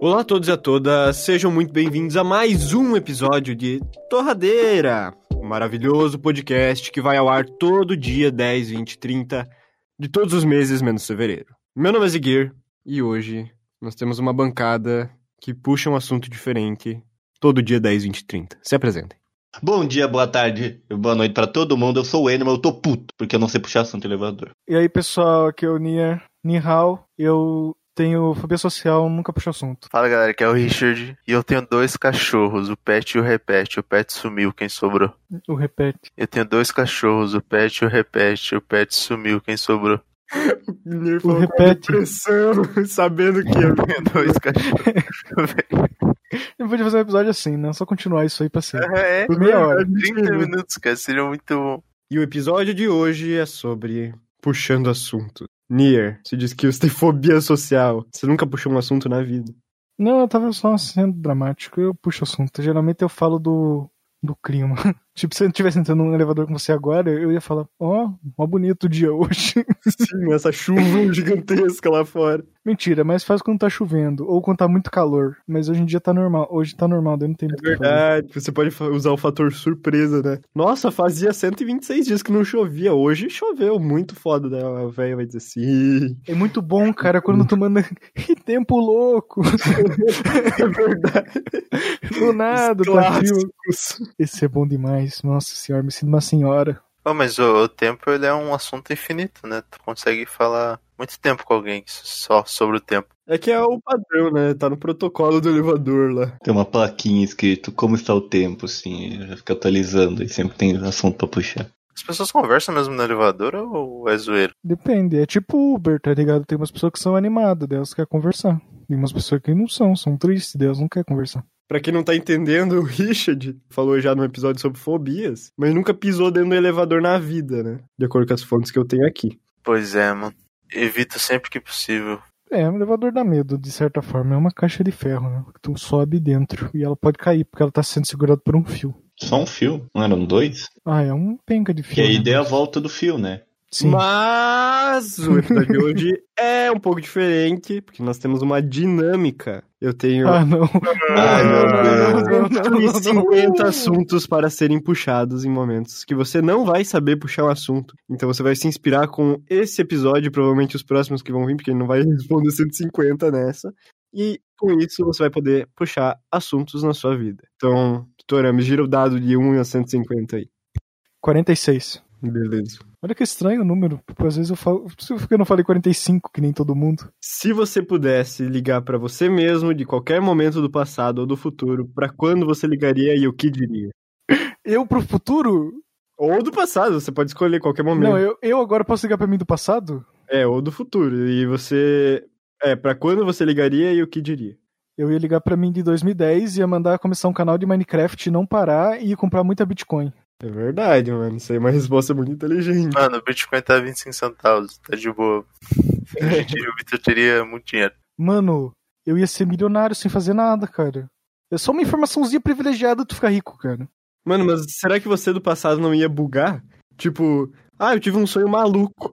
Olá a todos e a todas, sejam muito bem-vindos a mais um episódio de Torradeira, um maravilhoso podcast que vai ao ar todo dia 10, 20, 30 de todos os meses, menos fevereiro. Meu nome é Ziguir e hoje nós temos uma bancada que puxa um assunto diferente todo dia 10, 20, 30. Se apresentem. Bom dia, boa tarde, boa noite pra todo mundo. Eu sou o Animal, eu tô puto, porque eu não sei puxar assunto em elevador. E aí, pessoal, aqui é o Nia, Nihal. Eu tenho fobia social, nunca puxo assunto. Fala galera, aqui é o Richard e eu tenho dois cachorros, o Pet e o Repete. O Pet sumiu, quem sobrou? O repete. Eu tenho dois cachorros, o Pet e o Repete. O Pet sumiu, quem sobrou? Ninguém O repete. Pressão, sabendo que é Eu tenho dois cachorros. Eu podia fazer um episódio assim, né? Só continuar isso aí pra sempre. é, Por meia hora. 30 minutos, cara, seria muito bom. E o episódio de hoje é sobre puxando assunto. Nier, você diz que você tem fobia social. Você nunca puxou um assunto na vida. Não, eu tava só sendo dramático. Eu puxo assunto. Geralmente eu falo do, do clima. Tipo, se eu estivesse entrando num elevador com você agora, eu ia falar: Ó, mó bonito o dia hoje. Sim, essa chuva gigantesca lá fora. Mentira, mas faz quando tá chovendo ou quando tá muito calor. Mas hoje em dia tá normal. Hoje tá normal, daí não tem muito o que fazer. Verdade, você pode fa- usar o fator surpresa, né? Nossa, fazia 126 dias que não chovia. Hoje choveu, muito foda, né? A velha vai dizer assim. É muito bom, cara, quando tu manda. Que tempo louco! É verdade. Do nada, tá frio. Clássicos. Esse é bom demais. Nossa senhora, me sinto uma senhora. Oh, mas o, o tempo ele é um assunto infinito, né? Tu consegue falar muito tempo com alguém só sobre o tempo. É que é o padrão, né? Tá no protocolo do elevador lá. Tem uma plaquinha escrito como está o tempo, assim, eu já fico atualizando e sempre tem assunto pra puxar. As pessoas conversam mesmo no elevador ou é zoeiro? Depende. É tipo Uber, tá ligado? Tem umas pessoas que são animadas, delas querem conversar. Tem umas pessoas que não são, são tristes, delas não querem conversar. Pra quem não tá entendendo, o Richard falou já num episódio sobre fobias, mas nunca pisou dentro do elevador na vida, né? De acordo com as fontes que eu tenho aqui. Pois é, mano. Evito sempre que possível. É, o elevador dá medo, de certa forma. É uma caixa de ferro, né? Que tu sobe dentro e ela pode cair, porque ela tá sendo segurada por um fio. Só um fio, não eram dois? Ah, é um penca de fio. Que aí né? deu a volta do fio, né? Sim. Mas o episódio de hoje é um pouco diferente, porque nós temos uma dinâmica. Eu tenho Ah, não. Ai, meu Deus. Ah, Não, não, não, 50 assuntos para serem puxados em momentos que você não vai saber puxar um assunto. Então você vai se inspirar com esse episódio, e provavelmente os próximos que vão vir, porque ele não vai responder 150 nessa. E com isso você vai poder puxar assuntos na sua vida. Então, Torami, gira o dado de 1 a 150 aí. 46. Beleza. Olha que estranho o número. Porque às vezes eu falo. Por isso que eu não falei 45, que nem todo mundo. Se você pudesse ligar pra você mesmo de qualquer momento do passado ou do futuro, pra quando você ligaria e o que diria? Eu pro futuro? Ou do passado, você pode escolher qualquer momento. Não, eu, eu agora posso ligar pra mim do passado? É, ou do futuro. E você. É, pra quando você ligaria e o que diria? Eu ia ligar pra mim de 2010 e ia mandar começar um canal de Minecraft, não parar e comprar muita Bitcoin. É verdade, mano. Isso aí é uma resposta muito inteligente. Mano, o Bitcoin tá 25 centavos, tá de boa. Gente, o Vitor teria muito dinheiro. Mano, eu ia ser milionário sem fazer nada, cara. É só uma informaçãozinha privilegiada tu ficar rico, cara. Mano, mas será que você do passado não ia bugar? Tipo, ah, eu tive um sonho maluco.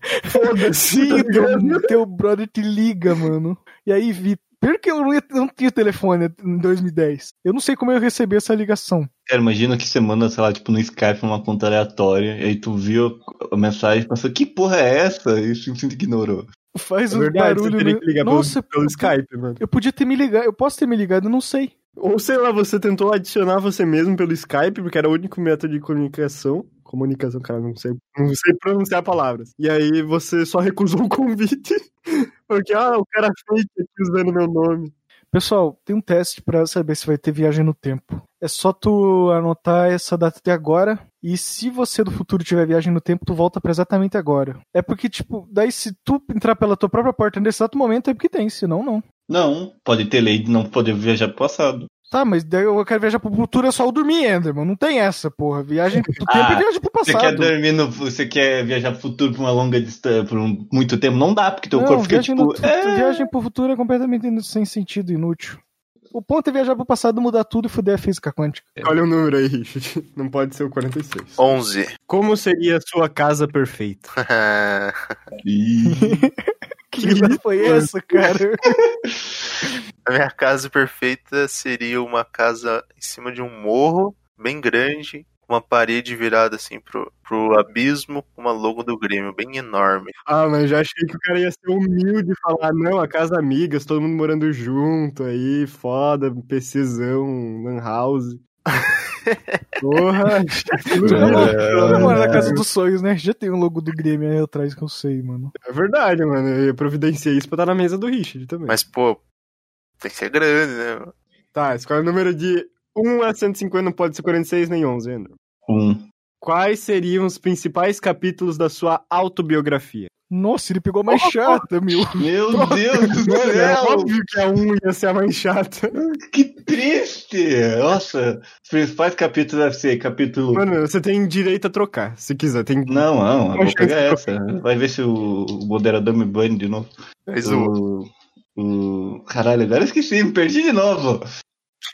Foda-se. tá Sim, teu, Tá teu brother te liga, mano. E aí, vi. Primeiro que eu não, ia, não tinha telefone em 2010. Eu não sei como eu ia receber essa ligação. Cara, imagina que você manda, sei lá, tipo no Skype uma conta aleatória, e aí tu viu a mensagem e pensou, que porra é essa? E simplesmente ignorou. Faz É um verdade, você barulho. teria né? que ligar pelo, Nossa, pelo eu- Skype, mano. Eu podia ter me ligado. Eu posso ter me ligado, eu não sei. Ou sei lá, você tentou adicionar você mesmo pelo Skype, porque era o único método de comunicação. Comunicação, cara, não sei, não sei pronunciar palavras. E aí você só recusou o convite. Porque, ah, o cara fake aqui usando meu nome. Pessoal, tem um teste pra saber se vai ter viagem no tempo. É só tu anotar essa data de agora e se você do futuro tiver viagem no tempo, tu volta pra exatamente agora. É porque tipo, daí se tu entrar pela tua própria porta nesse exato momento é porque tem, senão não. Não, pode ter lei de não poder viajar pro passado. Tá, mas daí eu quero viajar pro futuro, é só eu dormir, Enderman. Não tem essa, porra. Viagem do tempo é Ah, viagem pro Você quer passado. dormir no. Você quer viajar pro futuro por uma longa distância, por um, muito tempo? Não dá, porque teu não, corpo fica viagem, tipo. no, "É, viagem pro futuro é completamente inu- sem sentido, inútil. O ponto é viajar pro passado, mudar tudo e fuder a física quântica. Olha o número aí, Richard. Não pode ser o 46. 11. Como seria a sua casa perfeita? Ih, Que vida foi essa, cara? A minha casa perfeita seria uma casa em cima de um morro bem grande, com uma parede virada assim pro, pro abismo, com uma logo do Grêmio bem enorme. Ah, mas já achei que o cara ia ser humilde e falar, não, a casa amigas, todo mundo morando junto aí, foda, PCzão, lan house. Porra, Não, mano, na casa dos sonhos, né? Já tem um logo do Grêmio aí atrás que eu sei, mano. é verdade, mano. Eu providenciei isso pra estar na mesa do Richard também. Mas, pô, tem que ser grande, né? Tá, escolhe o número de 1 a 150, não pode ser 46 nem 11, Andrew. Um. Quais seriam os principais capítulos da sua autobiografia? Nossa, ele pegou a mais chata, meu. Meu Deus do Mano, é céu! óbvio que a 1 ia ser a mais chata. Que triste! Nossa, os principais capítulos deve ser capítulo. Mano, você tem direito a trocar, se quiser. Tem... Não, não, eu Acho vou que pegar esse- essa. Vai ver se o o moderador me bane de novo. Mas Hum. o O, o... Caralho, agora eu esqueci, me perdi de novo.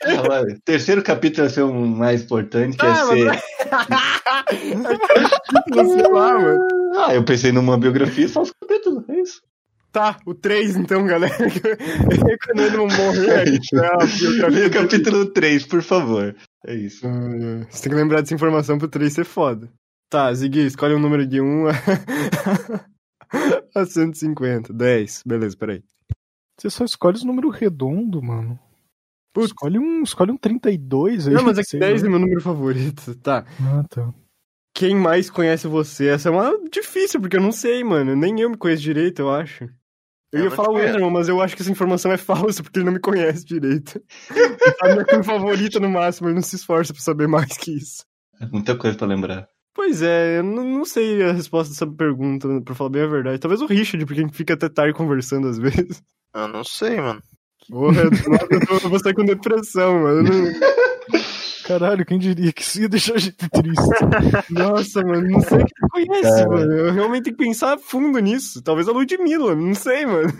Caralho, terceiro capítulo vai ser o mais importante, que Ah, é ser... Sei lá, mano. Ah, eu pensei numa biografia só os capítulos, é isso. Tá, o 3 então, galera. É Quando ele não morrer, a gente dá a Lê o biografia. capítulo 3, por favor. É isso. Ah, Você tem que lembrar dessa informação pro 3 ser foda. Tá, Ziggy, escolhe um número de 1 a... a 150. 10. Beleza, peraí. Você só escolhe os números redondos, mano. Putz. Escolhe um, escolhe um 32 aí. Não, mas é que sei 10 é lá. meu número favorito. Tá. Ah, tá. Quem mais conhece você? Essa é uma difícil, porque eu não sei, mano. Nem eu me conheço direito, eu acho. Eu, Eu ia não falar te o conheço. Enderman, mas eu acho que essa informação é falsa, porque ele não me conhece direito. Ele sabe minha cor favorita no máximo, ele não se esforça pra saber mais que isso. É muita coisa pra lembrar. Pois é, eu não, não sei a resposta dessa pergunta, pra falar bem a verdade. Talvez o Richard, porque a gente fica até tarde conversando às vezes. eu não sei, mano. Porra, eu, tô- eu vou sair com depressão, mano. Eu não- Caralho, quem diria que isso ia deixar a gente triste? Nossa, mano, não sei o que tu conhece, Cara. mano. Eu realmente tenho que pensar a fundo nisso. Talvez a Ludmilla, não sei, mano.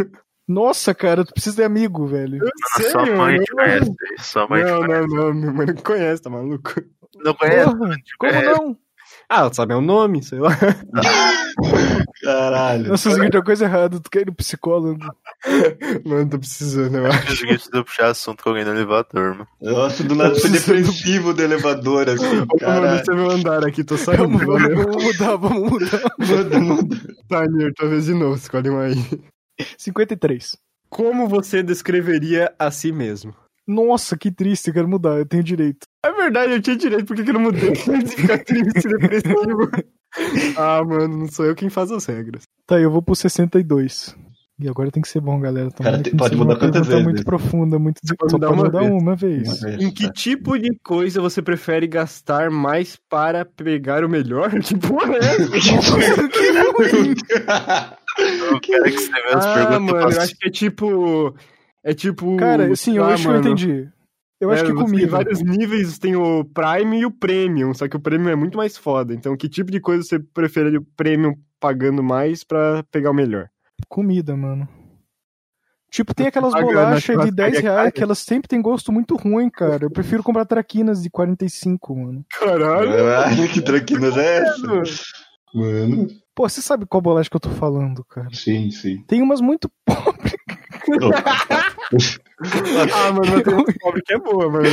Nossa, cara, tu precisa de amigo, velho. Eu sei, sua mãe mano. te conhece. Sua mãe Não, te conhece. não, não, meu mãe não conhece, tá maluco? Não, conhece? Porra, como É. não? Ah, ela sabe meu nome, sei lá. Caralho. Nossa, você tem coisa errada, tu quer ir no psicólogo. Mano, tô precisando, eu acho. Eu esqueci de eu puxar assunto com alguém no elevador, mano. Nossa, do nada foi depressivo do elevador, assim, Ô, Mano, caralho. esse é meu andar aqui, tô saindo. Vamos, vamos, Né? vamos mudar, vamos mudar. Manda, manda. Tá, Nir, talvez de novo, escolhe um aí. 53. Como você descreveria a si mesmo? Nossa, que triste, eu quero mudar, eu tenho direito. É verdade, eu tinha direito, por que que eu não mudei antes de ficar triste e depressivo? ah, mano, não sou eu quem faz as regras. Tá, eu vou pro 62. E agora tem que ser bom, galera. Tomara Cara, tem- que não pode seja uma mudar quantas pergunta vezes? muito profunda, muito... Você pode Só mudar pode uma mudar vez. uma vez. Em que tipo de coisa você prefere gastar mais para pegar o melhor? Que porra é essa? Eu quero que você vê as ah, perguntas mano, fáceis. eu acho que é tipo... É tipo... Cara, sim, eu ah, acho que eu entendi. Eu acho É, que você Tem comida. vários níveis, tem o Prime e o Premium, só que o Premium é muito mais foda. Então, que tipo de coisa você prefere o Premium pagando mais pra pegar o melhor? Comida, mano. Tipo, tem aquelas Pagando, bolachas aquelas de 10 carecas. reais que elas sempre têm gosto muito ruim, cara. Eu prefiro comprar traquinas de 45, mano. Caralho! Caralho, que tranquilas é essa? mano. Mano, Pô, você sabe qual bolacha que eu tô falando, cara? sim, sim. Tem umas muito pobres. Ah, mano, mas tem uma pobre que é boa, mano.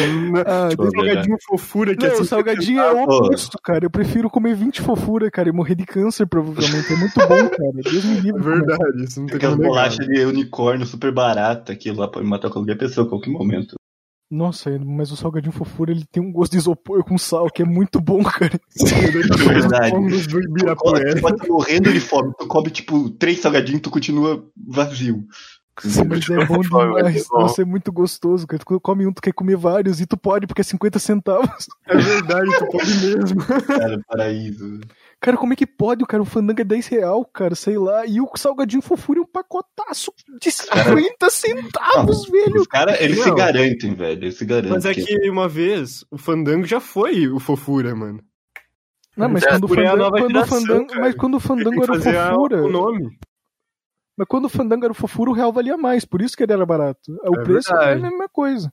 Ah, Tipo, Deixa eu salgadinho fofura que é Não, o 50 salgadinho é o oposto, cara. Eu prefiro comer 20 fofura, cara, e morrer de câncer, provavelmente. É muito bom, cara. Deus me É livre. cara. verdade, isso não tem Aquelas como negar. bolachas de unicórnio super barata, aquilo lá pode matar qualquer pessoa a qualquer momento. Nossa, mas o salgadinho fofura, ele tem um gosto de isopor com sal, que é muito bom, cara. verdade. Fomos do Ibirapuera. Tu pode estar morrendo de fome, tu come tipo três salgadinhos e tu continua vazio. Sim, mas tipo, é bom demais. Nossa, é muito gostoso, cara. Tu come um, tu quer comer vários, e tu pode, porque é 50 centavos. É verdade, tu pode mesmo. Cara, paraíso. Cara, como é que pode? O cara, o fandanga é 10 real, cara, sei lá. E o salgadinho fofura é um pacotaço de 50 centavos, velho. Os caras, eles se Não. garantem, velho. Eles se garantem. Mas é que uma vez, o Fandango já foi o fofura, mano. Não, mas É, quando o por aí a fandango, nova quando o geração, fandango, cara. mas quando Tem o que fandango era o fazer a- um fofura. o nome. Mas quando o fandango era o fofura, o real valia mais, por isso que ele era barato. O É preço verdade. era a mesma coisa.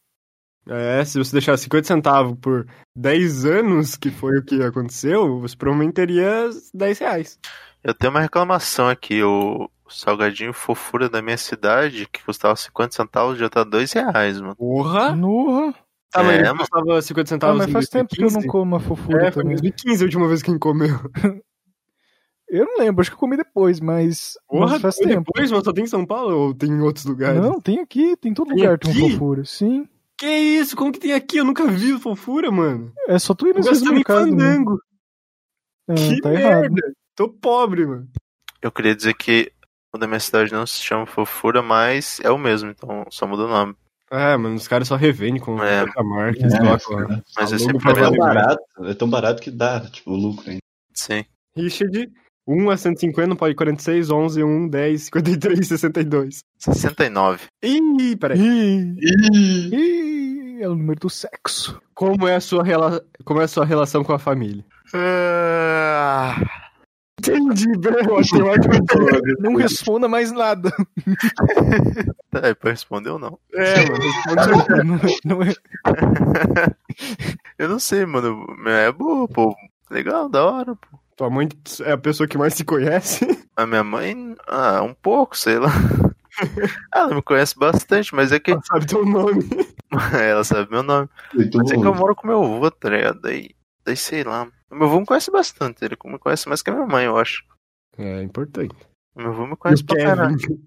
É, se você deixar 50 centavos por 10 anos, que foi o que aconteceu, você provavelmente teria 10 reais. Eu tenho uma reclamação aqui. O salgadinho fofura da minha cidade, que custava 50 centavos, já tá 2 reais, mano. Porra! Nurra. Tá, mas É, ele mano. custava 50 Ah, centavos mas em faz tempo que eu não 2015? como a fofura É, foi em também. 2015 a última vez que a gente comeu. Eu não lembro, acho que eu comi depois, mas, Porra, mas faz foi tempo. depois, mas só tem em São Paulo ou tem em outros lugares? Não, tem aqui, tem em todo Tem lugar tem aqui? um fofura, sim. Que isso? Como que tem aqui? Eu nunca vi fofura, mano. É só tu ir Eu nos vezes gastava em mercado. né? fandango. Ah, tá que tá merda. errado. Tô pobre, mano. Eu queria dizer que o da minha cidade não se chama fofura, mas é o mesmo, então só muda o nome. É, mano, os caras só revendem com É. a marca. É, estoca, cara. mano. Mas Tá esse louco pra É pra mim tão valer. barato, é tão barato que dá, tipo, lucro, hein? Sim. Richard, 1 a 150, pode 46, 11, 1, 10, 53, 62. 69. Ih, peraí. Ih, Ih! ih, é o número do sexo. Como é a sua, rela... Como é a sua relação com a família? Ah, Entendi, bro. Achei ótimo. Não responda mais nada. Tá, ele respondeu ou não? É, mano. não, não é- Eu não sei, mano. É boa, pô. Legal, da hora, pô. Tua mãe é a pessoa que mais se conhece. A minha mãe, ah, um pouco, sei lá. Ela me conhece bastante, mas é que Ela sabe teu nome. ela sabe meu nome. Então, Mas é que eu moro com meu avô, tá ligado? Daí, daí sei lá. Meu avô me conhece bastante, ele me conhece mais que a minha mãe, eu acho. É importante. Meu avô me conhece O pra caralho. Kevin.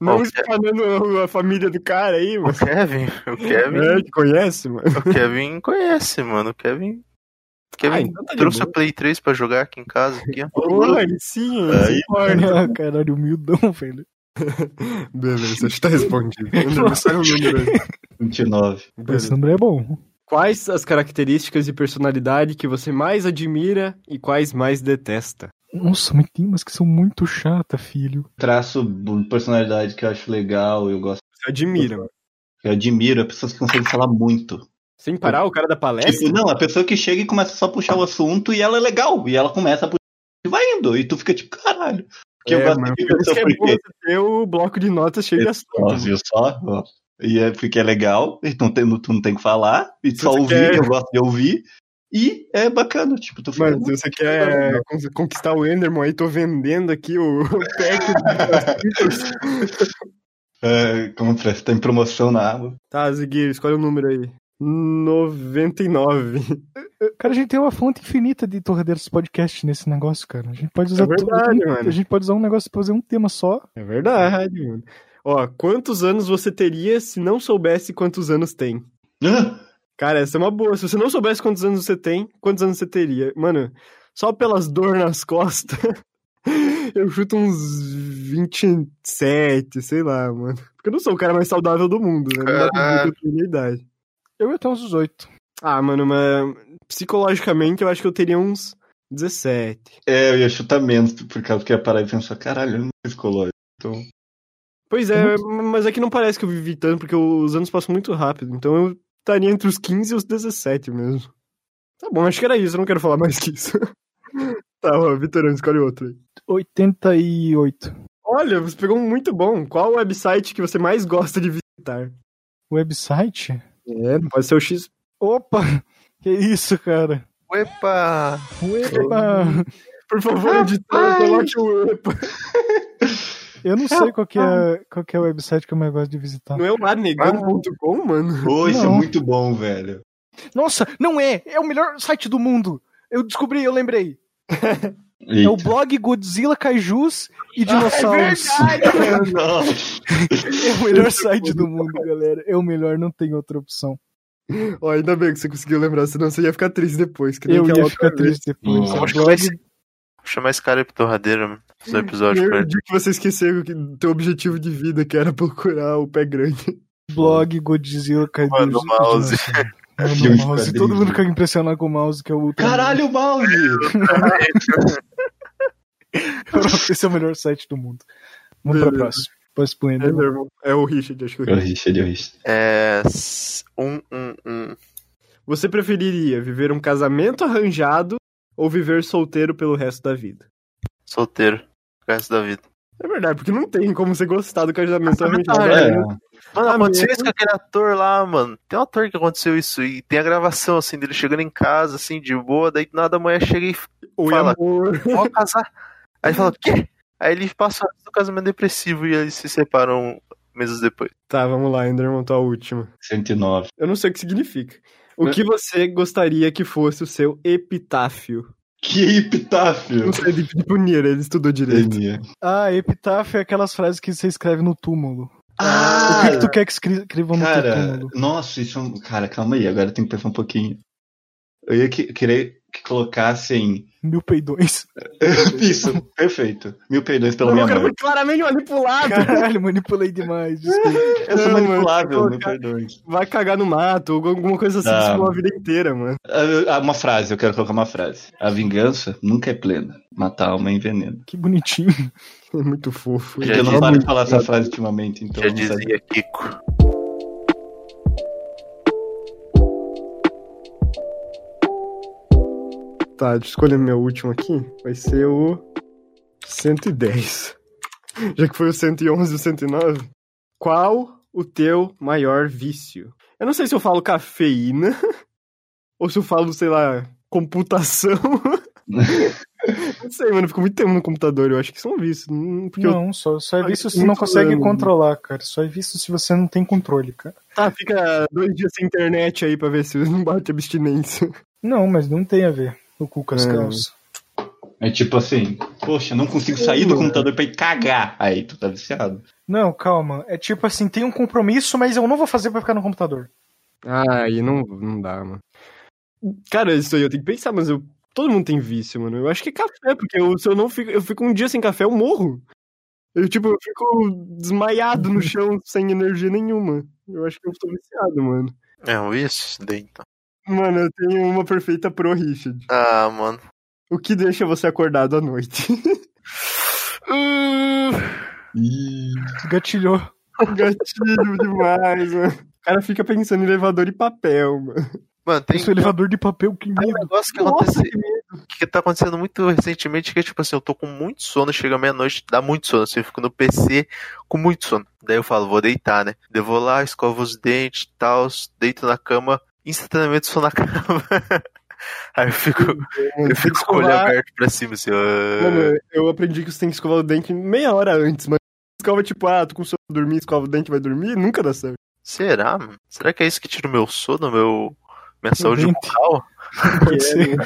Não Ó, o espanando a família do cara aí, O mano. Kevin, o Kevin, É, te conhece, mano. o Kevin conhece, mano. O Kevin. O Kevin Ah, então tá de trouxe boa. a Play 3 pra jogar aqui em casa. Aqui. ó. Ô, ele sim, ele se Aí. importa. Ah, Caralho, humildão, velho. Beleza, acho que tá respondido. Não sai o número aí. 29. Esse Beleza. número é bom. Quais as características e personalidade que você mais admira e quais mais detesta? Nossa, mas tem umas que são muito chata, filho. Traço de personalidade que eu acho legal, eu gosto. Você admira, mano. Eu admiro, pessoas que conseguem falar muito. Sem parar, o cara da palestra? Tipo, não, a pessoa que chega e começa só a puxar o assunto e ela é legal. E ela começa a puxar e vai indo. E tu fica tipo, caralho. Porque eu gosto mano, de por isso pessoa que é bom porque. você ter o bloco de notas cheio de assunto. Ó, mano. viu só? Ó. E é porque é legal, e tu não tem, tu não tem que falar, e tu Se só você ouvir, quer- eu gosto de ouvir. E é bacana, tipo, tu fica. Mano, se você quer con- conquistar o Enderman aí, tô vendendo aqui o o pack de assuntos. É, compra, tá em promoção na água. Tá, Zigueiro, escolhe o número aí. 99. Eh, Cara, a gente tem uma fonte infinita de torradeiros podcast nesse negócio, cara. A gente pode usar É verdade, tudo. mano. A gente pode usar um negócio pra fazer um tema só. É verdade, mano. Ó, quantos anos você teria se não soubesse quantos anos tem? Ah, Cara, essa é uma boa. Se você não soubesse quantos anos você tem, quantos anos você teria? Mano, só pelas dor nas costas, eu chuto uns 27, sei lá, mano. Porque eu não sou o cara mais saudável do mundo, né? Não dá pra dizer que eu tenho minha idade. Eu ia ter uns 18. Ah, mano, mas psicologicamente eu acho que eu teria uns 17. É, eu ia chutar menos, por causa que eu ia parar e pensar, caralho, eu não sou psicológico. Então, Pois é, mas é que não parece que eu vivi tanto, porque os anos passam muito rápido. Então eu estaria entre os 15 e os 17 mesmo. Tá bom, acho que era isso, eu não quero falar mais que isso. tá, ó, Vitorão, escolhe outro aí. 88. Olha, você pegou um muito bom. Qual o website que você mais gosta de visitar? Website? É, não pode ser o X. Opa! Que isso, cara? ah, Epa! Uepa! Por favor, editor, coloque o. Eu não sei qual que, é, qual que é o website que eu mais gosto de visitar. Não é o larnegão.com, mano? pô, isso é Uhum. Não. muito bom, velho. Nossa, não é! É o melhor site do mundo! Eu descobri, eu lembrei. É o blog Godzilla, Kaijus e Dinossauros. Eita, não. É o melhor site do mundo, galera. É o melhor, não tem outra opção. Ó, ainda bem que você conseguiu lembrar, senão você ia ficar triste depois. Que nem eu é aquela ia outra ficar vez. triste depois. Hum. É Eu acho que vai blog- ser- Vou chamar esse cara aí pro torradeiro, mano. Fazer um episódio pra Primeiro né? ele. dia que você esqueceu que o teu objetivo de vida, que era procurar o pé grande. blog Godzilla, Kaijus Mano, e mouse. Dinossauros. Filme de Mano, mouse. Todo mundo quadrinhos. fica impressionado com o mouse, que é o Ultraman. Caralho, mouse! Esse é o melhor site do mundo. Vamos pra Beleza. próxima. Posso pôr É, ainda? meu irmão. É o Richard, acho que o Eu Richard. rixe, eu rixe. É. s- Um, um, um. Você preferiria viver um casamento arranjado ou viver solteiro pelo resto da vida? Solteiro. O resto da vida. É verdade, porque não tem como você gostar do casamento Ah, Casamento arranjado. arranjado. né? É, Mano, Ah, aconteceu meu. isso com aquele ator lá, mano. Tem um ator que aconteceu isso e tem a gravação, assim, dele chegando em casa, assim, de boa, daí do nada a mulher chega e Oi, Fala. amor. vou casar. Aí ele fala, quê? Aí ele passa do casamento depressivo e eles se separam meses depois. Tá, vamos lá, Enderman, tua última. É, 109. Eu não sei o que significa. O Né? que você gostaria que fosse o seu epitáfio? Que Não epitáfio! sei, de, de punir, ele estudou direito. Daniel. Ah, epitáfio é aquelas frases que você escreve no túmulo. Ah, o que, que tu quer que escri- escrevam no teu Cara, túmulo? nossa, isso é um... Cara, calma aí, agora tem que pensar um pouquinho. Eu ia que- querer que colocassem. Mil peidões. Isso, perfeito. Mil perdões pela Eu minha quero mãe. muito claramente manipulado. Caralho, manipulei demais. Desculpa. Eu sou Não, mano, manipulável, tem mil que colocar- perdões. Vai cagar no mato, ou alguma coisa assim, Tá. isso uma vida inteira, mano. Ah, Uma frase, eu quero colocar uma frase. A vingança nunca é plena. Matar a alma envenena. Que bonitinho. É muito fofo. Já eu não dizia- paro de falar essa frase ultimamente, então. Já não sabe. dizia Kiko. Tá, deixa eu escolher meu último aqui. Vai ser o 110. Já que foi o 111 e o 109. Qual o teu maior vício? Eu não sei se eu falo cafeína ou se eu falo, sei lá, computação. não sei, mano, eu fico muito tempo no computador, eu acho que são vícios. Hum, Porque eu... não, só, só é Ai, visto se muito não consegue ano. controlar, cara. Só é visto se você não tem controle, cara. Tá, fica dois dias sem internet aí pra ver se não bate abstinência. Não, mas não tem a ver o cu com as É. calças. É tipo assim, poxa, não consigo sair do computador pra ir cagar. Aí, tu tá viciado. Não, calma. É tipo assim, tem um compromisso, mas eu não vou fazer pra ficar no computador. Ah, aí não, não dá, mano. Cara, isso aí eu tenho que pensar, mas eu. Todo mundo tem vício, mano. Eu acho que é café, porque eu, se eu não fico. Eu fico um dia sem café, eu morro. Eu, tipo, eu fico desmaiado no chão sem energia nenhuma. Eu acho que eu tô viciado, mano. É um isso, isso daí então. Mano, eu tenho uma perfeita pro Richard. Ah, mano. O que deixa você acordado à noite? Um Hum, Ih, Gatilhou. Gatilho demais, mano. O cara fica pensando em elevador e papel, mano. Mano, tem Isso é elevador de papel, que um medo. negócio que Nossa, aconteceu. que medo. que tá acontecendo muito recentemente que é tipo assim, eu tô com muito sono, chega meia-noite, dá muito sono. Assim, eu fico no PC com muito sono. Daí eu falo, vou deitar, né? Daí eu vou lá, escovo os dentes e tal, deito na cama, instantaneamente sono na cama. Aí eu fico, eu Tem que fico com o olho escovar- aberto pra cima, assim, ah. Mano, eu aprendi que você tem que escovar o dente meia hora antes, mas escova tipo, ah, tô com sono, dormir, escova o dente, vai dormir, nunca dá certo. será, mano? Será que é isso que tira o meu sono, meu, minha saúde dente. bucal? Pode ser.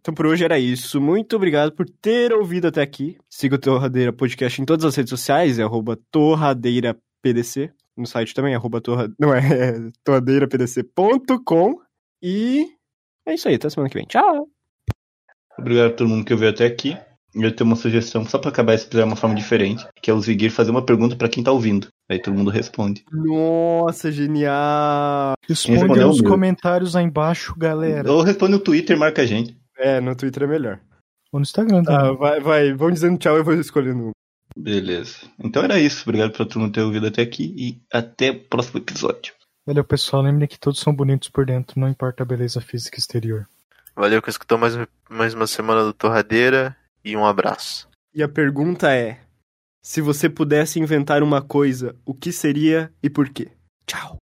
Então por hoje era isso. Muito obrigado por ter ouvido até aqui. Siga o Torradeira Podcast em todas as redes sociais, é arroba torradeirapdc. No site também, arroba torra... Não, é, é torradeirapdc.com. E é isso aí, até semana que vem. Tchau! Obrigado a todo mundo que veio até aqui. E Eu tenho uma sugestão, só pra acabar esse episódio de uma forma diferente, que é o Ziguir fazer uma pergunta pra quem tá ouvindo. Aí todo mundo responde. Nossa, genial! Responde Respondeu nos mesmo. comentários aí embaixo, galera. Ou responde no Twitter, marca a gente. É, no Twitter é melhor. Ou no Instagram também. Tá, vai, vai, vão dizendo tchau, eu vou escolhendo um. Beleza. Então era isso. Obrigado pra todo mundo ter ouvido até aqui e até o próximo episódio. Valeu, pessoal. Lembrem que todos são bonitos por dentro, não importa a beleza física exterior. Valeu que escutou mais, um- mais uma semana do Torradeira e um abraço. E a pergunta é: se você pudesse inventar uma coisa, o que seria e por quê? Tchau.